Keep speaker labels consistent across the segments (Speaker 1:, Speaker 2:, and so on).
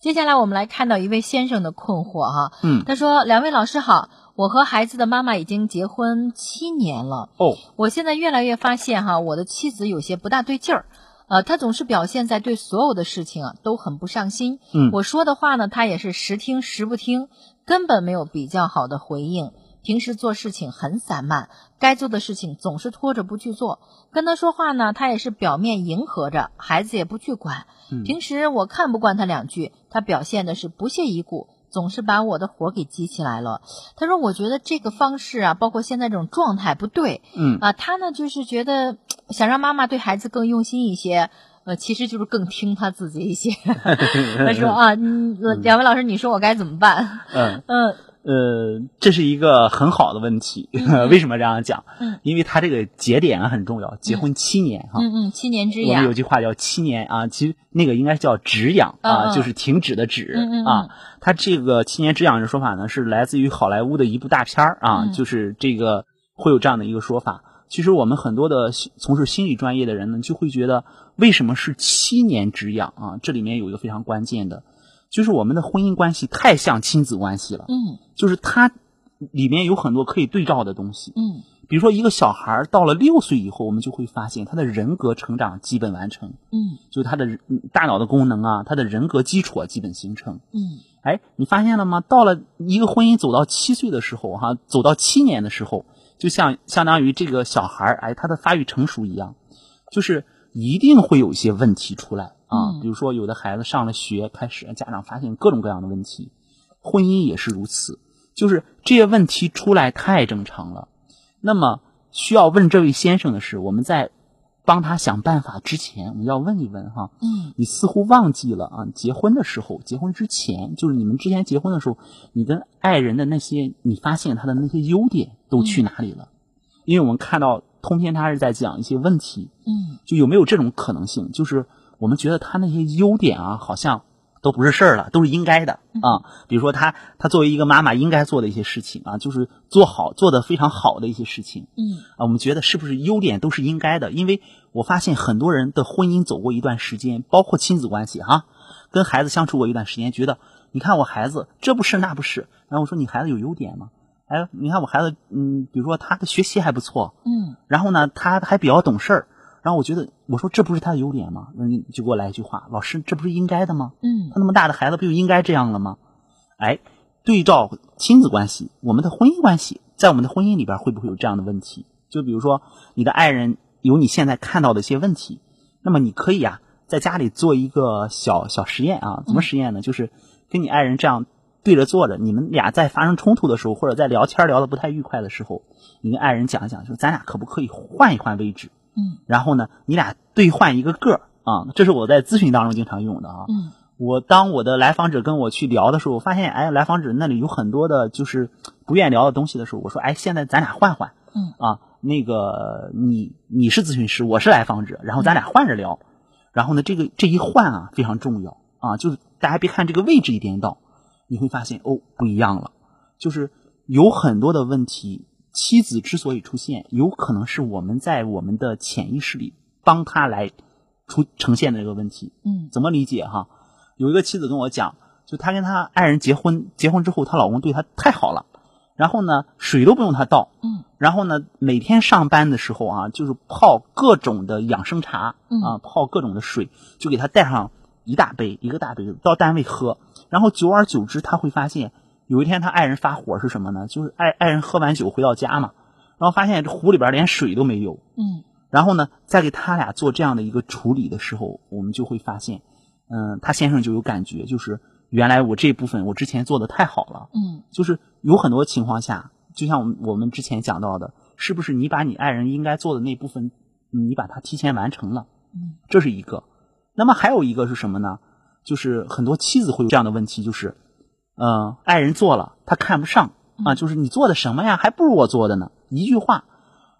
Speaker 1: 接下来我们来看到一位先生的困惑哈、
Speaker 2: 嗯，
Speaker 1: 他说：“两位老师好，我和孩子的妈妈已经结婚七年了，
Speaker 2: 哦，
Speaker 1: 我现在越来越发现哈、我的妻子有些不大对劲儿。”呃，她总是表现在对所有的事情啊都很不上心。
Speaker 2: 嗯
Speaker 1: 我说的话呢，她也是时听时不听，根本没有比较好的回应。平时做事情很散漫，该做的事情总是拖着不去做。跟她说话呢，她也是表面迎合着，孩子也不去管。
Speaker 2: 嗯
Speaker 1: 平时我看不惯她两句，她表现的是不屑一顾。总是把我的火给激起来了。她说：“我觉得这个方式啊，包括现在这种状态不对，
Speaker 2: 嗯，
Speaker 1: 啊，他呢就是觉得想让妈妈对孩子更用心一些，呃，其实就是更听他自己一些。他说啊，嗯，呃两位老师，你说我该怎么办？
Speaker 2: 嗯
Speaker 1: 嗯
Speaker 2: 呃，这是一个很好的问题。 为什么这样讲
Speaker 1: 嗯？
Speaker 2: 因为它这个节点啊很重要，结婚七年哈。
Speaker 1: 嗯嗯，七年之
Speaker 2: 我们
Speaker 1: 痒
Speaker 2: 有句话叫“七年”啊，其实那个应该叫“止痒”
Speaker 1: 嗯
Speaker 2: 啊，
Speaker 1: 嗯
Speaker 2: 就是停止的止
Speaker 1: 嗯嗯嗯
Speaker 2: 啊。它这个“七年之痒”的说法呢，是来自于好莱坞的一部大片儿啊，
Speaker 1: 嗯
Speaker 2: 就是这个会有这样的一个说法。其实我们很多的心从事心理专业的人呢，就会觉得为什么是七年之痒啊？这里面有一个非常关键的，就是我们的婚姻关系太像亲子关系了，
Speaker 1: 嗯
Speaker 2: 就是它里面有很多可以对照的东西。
Speaker 1: 嗯
Speaker 2: 比如说，一个小孩儿到了六岁以后，我们就会发现他的人格成长基本完成，
Speaker 1: 嗯
Speaker 2: 就是他的人大脑的功能啊，他的人格基础啊基本形成。
Speaker 1: 嗯
Speaker 2: 哎，你发现了吗？到了一个婚姻走到七岁的时候，哈、走到七年的时候，就像相当于这个小孩儿，哎，他的发育成熟一样，就是一定会有一些问题出来啊。
Speaker 1: 嗯
Speaker 2: 比如说，有的孩子上了学，开始家长发现各种各样的问题，婚姻也是如此，就是这些问题出来太正常了。那么需要问这位先生的是，我们在帮他想办法之前，我们要问一问哈、
Speaker 1: 嗯
Speaker 2: 你似乎忘记了啊，结婚的时候，结婚之前，就是你们之前结婚的时候，你跟爱人的那些，你发现他的那些优点都去哪里了？因为我们看到通篇他是在讲一些问题，
Speaker 1: 嗯
Speaker 2: 就有没有这种可能性？就是我们觉得他那些优点啊，好像都不是事儿了，都是应该的啊。比如说他，他作为一个妈妈应该做的一些事情啊，就是做好做得非常好的一些事情。
Speaker 1: 嗯
Speaker 2: 啊，我们觉得是不是优点都是应该的？因为我发现很多人的婚姻走过一段时间，包括亲子关系哈、跟孩子相处过一段时间，觉得你看我孩子这不是那不是，然后我说你孩子有优点吗？哎，你看我孩子，嗯，比如说他的学习还不错，
Speaker 1: 嗯
Speaker 2: 然后呢，他还比较懂事儿，然后我觉得我说这不是他的优点吗？那你就给我来一句话，老师这不是应该的吗？
Speaker 1: 嗯
Speaker 2: 他那么大的孩子不就应该这样了吗？哎，对照亲子关系，我们的婚姻关系，在我们的婚姻里边会不会有这样的问题？就比如说你的爱人有你现在看到的一些问题，那么你可以啊，在家里做一个小小实验啊，怎么
Speaker 1: 嗯
Speaker 2: 实验呢？就是跟你爱人这样对着坐着，你们俩在发生冲突的时候，或者在聊天聊得不太愉快的时候，你跟爱人讲一讲，说咱俩可不可以换一换位置？
Speaker 1: 嗯，
Speaker 2: 然后呢，你俩对换一个个儿啊，这是我在咨询当中经常用的啊。
Speaker 1: 嗯
Speaker 2: 我当我的来访者跟我去聊的时候，我发现哎，来访者那里有很多的就是不愿意聊的东西的时候，我说哎，现在咱俩换换，
Speaker 1: 嗯
Speaker 2: 啊，那个你你是咨询师，我是来访者，然后咱俩换着聊，然后呢，这个这一换啊非常重要啊，就是大家别看这个位置一颠倒，你会发现哦不一样了，就是有很多的问题，妻子之所以出现，有可能是我们在我们的潜意识里帮他来出呈现的这个问题，
Speaker 1: 嗯
Speaker 2: 怎么理解哈？有一个妻子跟我讲，就她跟她爱人结婚，结婚之后她老公对她太好了，然后呢水都不用她倒，
Speaker 1: 嗯
Speaker 2: 然后呢每天上班的时候啊，就是泡各种的养生茶
Speaker 1: 嗯
Speaker 2: 啊，泡各种的水，就给她带上一大杯一个大杯到单位喝，然后久而久之她会发现，有一天她爱人发火是什么呢？就是爱爱人喝完酒回到家嘛，然后发现这壶里边连水都没有，
Speaker 1: 嗯
Speaker 2: 然后呢，再给他俩做这样的一个处理的时候，我们就会发现，嗯，他先生就有感觉，就是原来我这部分我之前做的太好了，
Speaker 1: 嗯
Speaker 2: 就是有很多情况下，就像我们我们之前讲到的，是不是你把你爱人应该做的那部分，嗯你把它提前完成了，
Speaker 1: 嗯，
Speaker 2: 这是一个。那么还有一个是什么呢？就是很多妻子会有这样的问题，就是，呃，爱人做了，他看不上
Speaker 1: 嗯
Speaker 2: 啊，就是你做的什么呀，还不如我做的呢，一句话。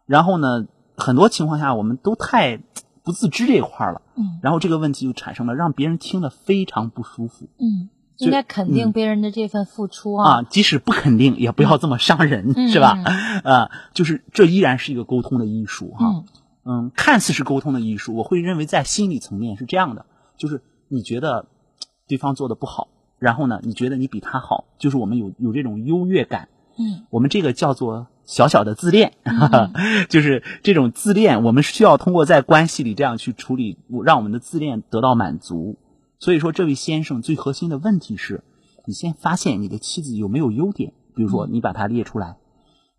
Speaker 2: 然后呢，很多情况下我们都太不自知这一块儿了，
Speaker 1: 嗯
Speaker 2: 然后这个问题就产生了，让别人听了非常不舒服。
Speaker 1: 嗯，
Speaker 2: 就
Speaker 1: 应该肯定
Speaker 2: 嗯
Speaker 1: 别人的这份付出
Speaker 2: 啊，
Speaker 1: 啊，
Speaker 2: 即使不肯定，也不要这么伤人，
Speaker 1: 嗯
Speaker 2: 是吧？啊，就是这依然是一个沟通的艺术哈、
Speaker 1: 嗯
Speaker 2: 嗯看似是沟通的艺术，我会认为在心理层面是这样的，就是你觉得对方做的不好，然后呢，你觉得你比他好，就是我们有有这种优越感。
Speaker 1: 嗯
Speaker 2: 我们这个叫做小小的自恋，
Speaker 1: 嗯
Speaker 2: 就是这种自恋，我们需要通过在关系里这样去处理，让我们的自恋得到满足。所以说，这位先生最核心的问题是，你先发现你的妻子有没有优点，比如说你把它列出来。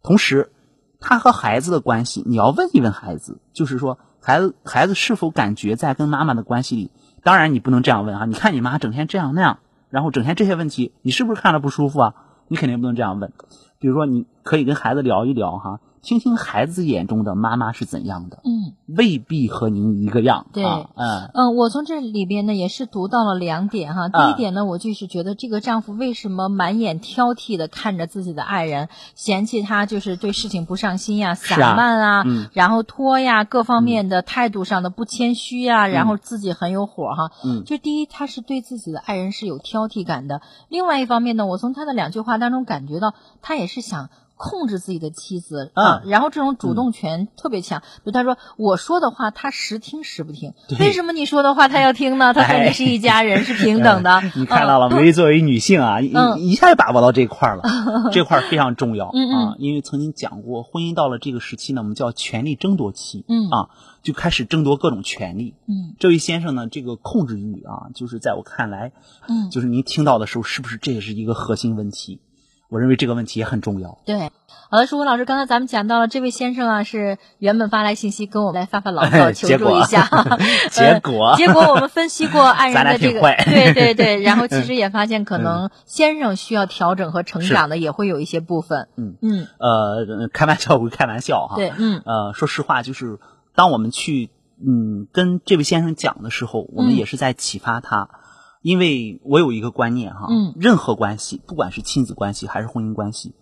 Speaker 2: 同时，他和孩子的关系，你要问一问孩子，就是说孩子孩子是否感觉在跟妈妈的关系里，当然你不能这样问啊，你看你妈整天这样那样，然后整天这些问题，你是不是看着不舒服啊？你肯定不能这样问。比如说，你可以跟孩子聊一聊哈，听听孩子眼中的妈妈是怎样的，
Speaker 1: 嗯
Speaker 2: 未必和您一个样。
Speaker 1: 对
Speaker 2: 啊，嗯，
Speaker 1: 嗯，我从这里边呢也是读到了两点哈。
Speaker 2: 啊
Speaker 1: 第一点呢，我就是觉得这个丈夫为什么满眼挑剔的看着自己的爱人，嫌弃他就是对事情不上心呀、
Speaker 2: 是啊
Speaker 1: 散漫啊，
Speaker 2: 嗯
Speaker 1: 然后拖呀，各方面的态度上的不谦虚呀，然后自己很有火哈。
Speaker 2: 嗯
Speaker 1: 就第一，他是对自己的爱人是有挑剔感的；另外一方面呢，我从他的两句话当中感觉到，他也是想。控制自己的妻子
Speaker 2: 嗯
Speaker 1: 啊，然后这种主动权特别强。比如他说我说的话，他时听时不听。
Speaker 2: 对
Speaker 1: 为什么你说的话他要听呢？他和你是一家人，是平等的。
Speaker 2: 你看到了
Speaker 1: 嗯
Speaker 2: 吗？梅作为女性啊，一
Speaker 1: 嗯
Speaker 2: 一下就把握到这块儿 了，这块儿非常重要
Speaker 1: 嗯嗯
Speaker 2: 啊，因为曾经讲过，婚姻到了这个时期呢，我们叫权力争夺期
Speaker 1: 嗯
Speaker 2: 啊，就开始争夺各种权利。
Speaker 1: 嗯
Speaker 2: 这位先生呢，这个控制欲啊，就是在我看来，
Speaker 1: 嗯，
Speaker 2: 就是您听到的时候，是不是这也是一个核心问题？我认为这个问题也很重要。
Speaker 1: 对。好了，舒文老师，刚才咱们讲到了这位先生啊，是原本发来信息跟我们来发发牢 骚，
Speaker 2: 哎
Speaker 1: 哦求
Speaker 2: 结
Speaker 1: 助
Speaker 2: 果
Speaker 1: 一下。
Speaker 2: 结果
Speaker 1: 呃， 结果我们分析过爱人
Speaker 2: 咱俩
Speaker 1: 的这
Speaker 2: 挺
Speaker 1: 个，
Speaker 2: 坏
Speaker 1: 对对 对，然后其实也发现可能先生需要调整和成
Speaker 2: 是
Speaker 1: 长的也会有一些部分。
Speaker 2: 嗯
Speaker 1: 嗯，
Speaker 2: 呃，开玩笑归开玩笑哈，
Speaker 1: 对，嗯
Speaker 2: 呃，说实话，就是当我们去嗯跟这位先生讲的时候，我
Speaker 1: 嗯
Speaker 2: 们也是在启发他，因为我有一个观念哈，
Speaker 1: 嗯
Speaker 2: 任何关系，不管是亲子关系还是婚姻关系，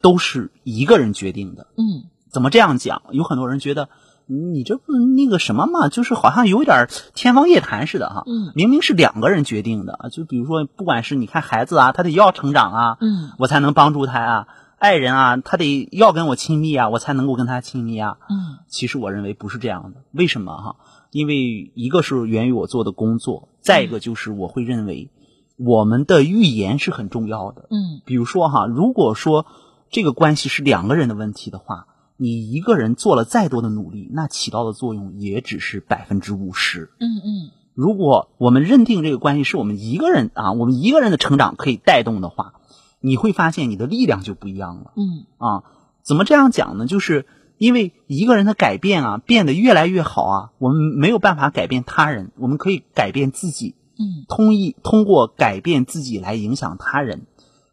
Speaker 2: 都是一个人决定的。
Speaker 1: 嗯
Speaker 2: 怎么这样讲？有很多人觉得你这不那个什么嘛，就是好像有点天方夜谭似的哈。
Speaker 1: 嗯
Speaker 2: 明明是两个人决定的，就比如说，不管是你看孩子啊，他得要成长啊，
Speaker 1: 嗯
Speaker 2: 我才能帮助他啊；爱人啊，他得要跟我亲密啊，我才能够跟他亲密啊。
Speaker 1: 嗯
Speaker 2: 其实我认为不是这样的。为什么哈？因为一个是源于我做的工作，再一个就是我会认为我们的预言是很重要的。
Speaker 1: 嗯
Speaker 2: 比如说哈，如果说这个关系是两个人的问题的话，你一个人做了再多的努力，那起到的作用也只是百分之五十。
Speaker 1: 嗯嗯
Speaker 2: 如果我们认定这个关系是我们一个人啊，我们一个人的成长可以带动的话，你会发现你的力量就不一样了。
Speaker 1: 嗯
Speaker 2: 啊。怎么这样讲呢？就是因为一个人的改变啊，变得越来越好啊，我们没有办法改变他人，我们可以改变自己，
Speaker 1: 嗯
Speaker 2: 通一通过改变自己来影响他人。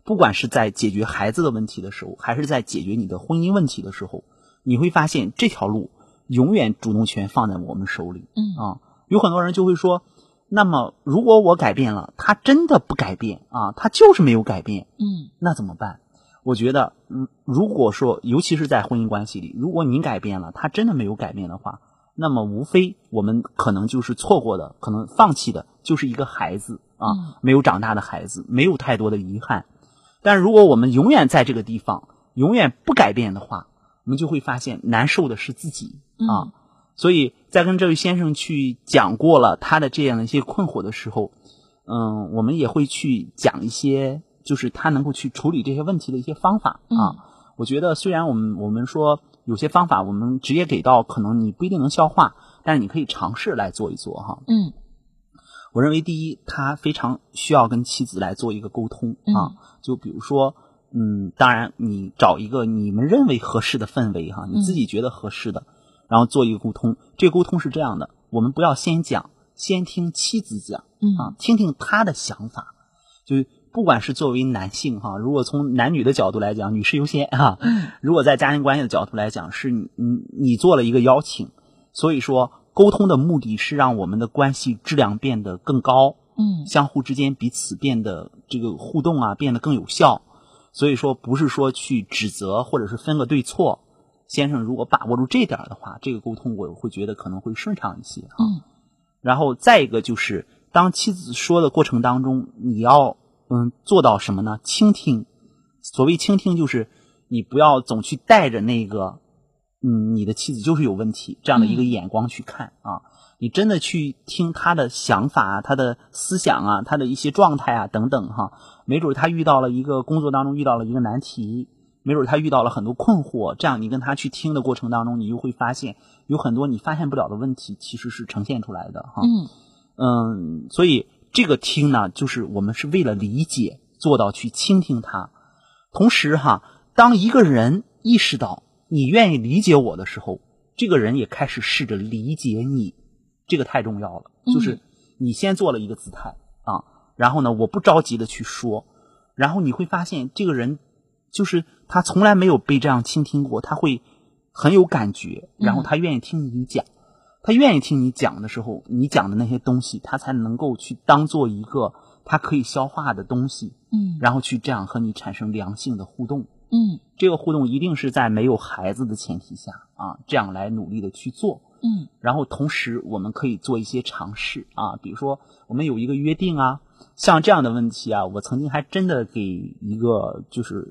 Speaker 2: 不管是在解决孩子的问题的时候，还是在解决你的婚姻问题的时候，你会发现这条路永远主动权放在我们手里
Speaker 1: 嗯
Speaker 2: 啊。有很多人就会说，那么如果我改变了，他真的不改变啊，他就是没有改变，
Speaker 1: 嗯
Speaker 2: 那怎么办？我觉得，如如果说，尤其是在婚姻关系里，如果您改变了，他真的没有改变的话，那么无非我们可能就是错过的，可能放弃的，就是一个孩子啊，
Speaker 1: 嗯
Speaker 2: 没有长大的孩子，没有太多的遗憾。但如果我们永远在这个地方，永远不改变的话，我们就会发现难受的是自己啊。
Speaker 1: 嗯
Speaker 2: 所以在跟这位先生去讲过了他的这样的一些困惑的时候，嗯，我们也会去讲一些，就是他能够去处理这些问题的一些方法
Speaker 1: 嗯
Speaker 2: 啊。我觉得虽然我们我们说有些方法我们直接给到，可能你不一定能消化，但是你可以尝试来做一做哈。
Speaker 1: 嗯
Speaker 2: 我认为第一，他非常需要跟妻子来做一个沟通啊，
Speaker 1: 嗯
Speaker 2: 就比如说，嗯，当然你找一个你们认为合适的氛围哈、
Speaker 1: 嗯
Speaker 2: 你自己觉得合适的，然后做一个沟通。这个沟通是这样的，我们不要先讲，先听妻子讲。啊
Speaker 1: 嗯，
Speaker 2: 听听他的想法。就是不管是作为男性哈、如果从男女的角度来讲，女士优先哈、如果在家庭关系的角度来讲，是你你你做了一个邀请，所以说沟通的目的是让我们的关系质量变得更高，
Speaker 1: 嗯
Speaker 2: 相互之间彼此变得这个互动啊变得更有效。所以说不是说去指责或者是分个对错。先生，如果把握住这点儿的话，这个沟通我会觉得可能会顺畅一些啊。
Speaker 1: 嗯
Speaker 2: 然后再一个就是，当妻子说的过程当中，你要嗯做到什么呢？倾听。所谓倾听，就是你不要总去带着那个嗯你的妻子就是有问题这样的一个眼光去看啊。你真的去听他的想法、啊他的思想啊、他的一些状态啊等等哈，没准他遇到了一个工作当中遇到了一个难题，没准他遇到了很多困惑，这样你跟他去听的过程当中，你就会发现有很多你发现不了的问题其实是呈现出来的哈。
Speaker 1: 嗯，
Speaker 2: 嗯，所以这个听呢，就是我们是为了理解，做到去倾听他。同时哈，当一个人意识到你愿意理解我的时候，这个人也开始试着理解你，这个太重要了。就是你先做了一个姿态、啊，然后呢，我不着急的去说，然后你会发现这个人就是他从来没有被这样倾听过，他会很有感觉，然后他愿意听你讲。他愿意听你讲的时候，你讲的那些东西，他才能够去当做一个他可以消化的东西，
Speaker 1: 嗯
Speaker 2: 然后去这样和你产生良性的互动。
Speaker 1: 嗯
Speaker 2: 这个互动一定是在没有孩子的前提下啊，这样来努力的去做。
Speaker 1: 嗯
Speaker 2: 然后同时我们可以做一些尝试啊，比如说我们有一个约定啊，像这样的问题啊，我曾经还真的给一个就是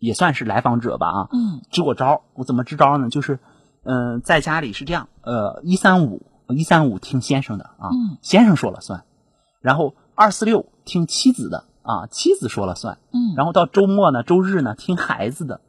Speaker 2: 也算是来访者吧啊，
Speaker 1: 嗯
Speaker 2: 支过招。我怎么支招呢？就是，嗯、在家里是这样，呃，一三五一三五听先生的啊，
Speaker 1: 嗯
Speaker 2: 先生说了算，然后二四六听妻子的啊，妻子说了算，
Speaker 1: 嗯，
Speaker 2: 然后到周末呢，周日呢听孩子的。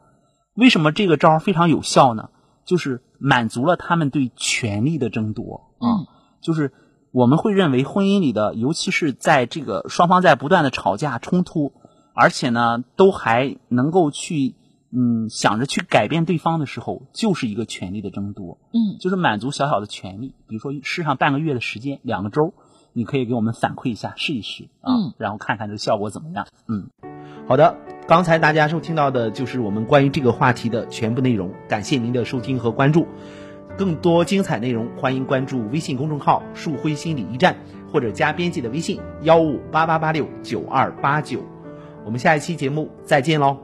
Speaker 2: 为什么这个招非常有效呢？就是满足了他们对权力的争夺
Speaker 1: 嗯
Speaker 2: 啊，就是我们会认为婚姻里的，尤其是在这个双方在不断的吵架冲突，而且呢都还能够去嗯想着去改变对方的时候，就是一个权力的争夺。
Speaker 1: 嗯
Speaker 2: 就是满足小小的权利，比如说试上半个月的时间，两个周，你可以给我们反馈一下，试一试啊，
Speaker 1: 嗯
Speaker 2: 然后看看这效果怎么样。嗯，好的，刚才大家收听到的就是我们关于这个话题的全部内容，感谢您的收听和关注。更多精彩内容，欢迎关注微信公众号“树辉心理驿站”或者加编辑的微信幺五八八八六九二八九。我们下一期节目再见喽！